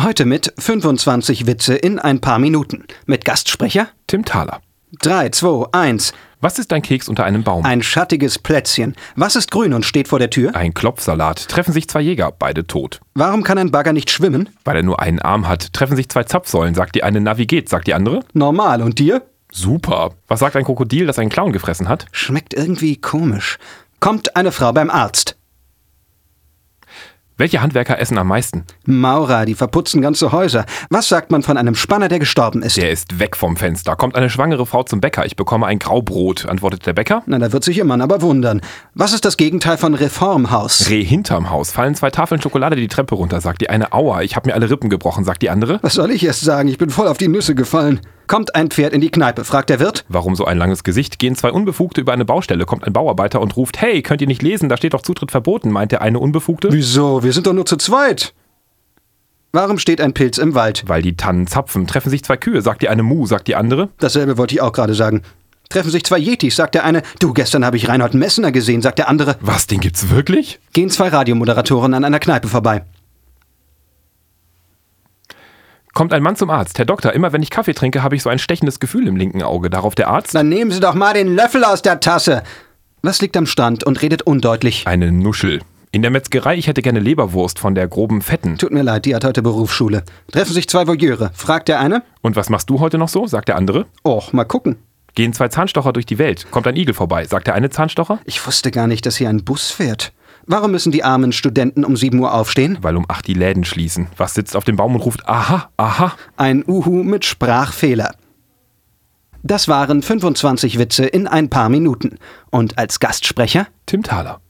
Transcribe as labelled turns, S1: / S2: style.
S1: Heute mit 25 Witze in ein paar Minuten. Mit Gastsprecher
S2: Tim Thaler.
S1: 3, 2, 1.
S2: Was ist ein Keks unter einem Baum?
S1: Ein schattiges Plätzchen. Was ist grün und steht vor der Tür?
S2: Ein Klopfsalat. Treffen sich zwei Jäger, beide tot.
S1: Warum kann ein Bagger nicht schwimmen?
S2: Weil er nur einen Arm hat. Treffen sich zwei Zapfsäulen, sagt die eine Navigiert, sagt die andere.
S1: Normal. Und dir?
S2: Super. Was sagt ein Krokodil, das einen Clown gefressen hat?
S1: Schmeckt irgendwie komisch. Kommt eine Frau beim Arzt.
S2: Welche Handwerker essen am meisten?
S1: Maurer, die verputzen ganze Häuser. Was sagt man von einem Spanner, der gestorben ist?
S2: Der ist weg vom Fenster. Kommt eine schwangere Frau zum Bäcker. Ich bekomme ein Graubrot, antwortet der Bäcker.
S1: Na, da wird sich ihr Mann aber wundern. Was ist das Gegenteil von Reformhaus?
S2: Reh hinterm Haus. Fallen zwei Tafeln Schokolade die Treppe runter, sagt die eine. Aua, ich hab mir alle Rippen gebrochen, sagt die andere.
S1: Was soll ich erst sagen? Ich bin voll auf die Nüsse gefallen. Kommt ein Pferd in die Kneipe, fragt der Wirt.
S2: Warum so ein langes Gesicht? Gehen zwei Unbefugte über eine Baustelle, kommt ein Bauarbeiter und ruft, hey, könnt ihr nicht lesen, da steht doch Zutritt verboten, meint der eine Unbefugte.
S1: Wieso? Wir sind doch nur zu zweit. Warum steht ein Pilz im Wald?
S2: Weil die Tannen zapfen, treffen sich zwei Kühe, sagt die eine Mu, sagt die andere.
S1: Dasselbe wollte ich auch gerade sagen. Treffen sich zwei Yetis, sagt der eine. Du, gestern habe ich Reinhold Messner gesehen, sagt der andere.
S2: Was, den gibt's wirklich?
S1: Gehen zwei Radiomoderatoren an einer Kneipe vorbei.
S2: Kommt ein Mann zum Arzt. Herr Doktor, immer wenn ich Kaffee trinke, habe ich so ein stechendes Gefühl im linken Auge. Darauf der Arzt.
S1: Dann nehmen Sie doch mal den Löffel aus der Tasse. Was liegt am Strand und redet undeutlich?
S2: Eine Nuschel. In der Metzgerei, ich hätte gerne Leberwurst von der groben Fetten.
S1: Tut mir leid, die hat heute Berufsschule. Treffen sich zwei Voyeure. Fragt der eine.
S2: Und was machst du heute noch so? sagt der andere.
S1: Och, mal gucken.
S2: Gehen zwei Zahnstocher durch die Welt. Kommt ein Igel vorbei, sagt der eine Zahnstocher.
S1: Ich wusste gar nicht, dass hier ein Bus fährt. Warum müssen die armen Studenten um 7 Uhr aufstehen?
S2: Weil um acht die Läden schließen. Was sitzt auf dem Baum und ruft Aha, aha.
S1: Ein Uhu mit Sprachfehler. Das waren 25 Witze in ein paar Minuten. Und als Gastsprecher
S2: Tim Thaler.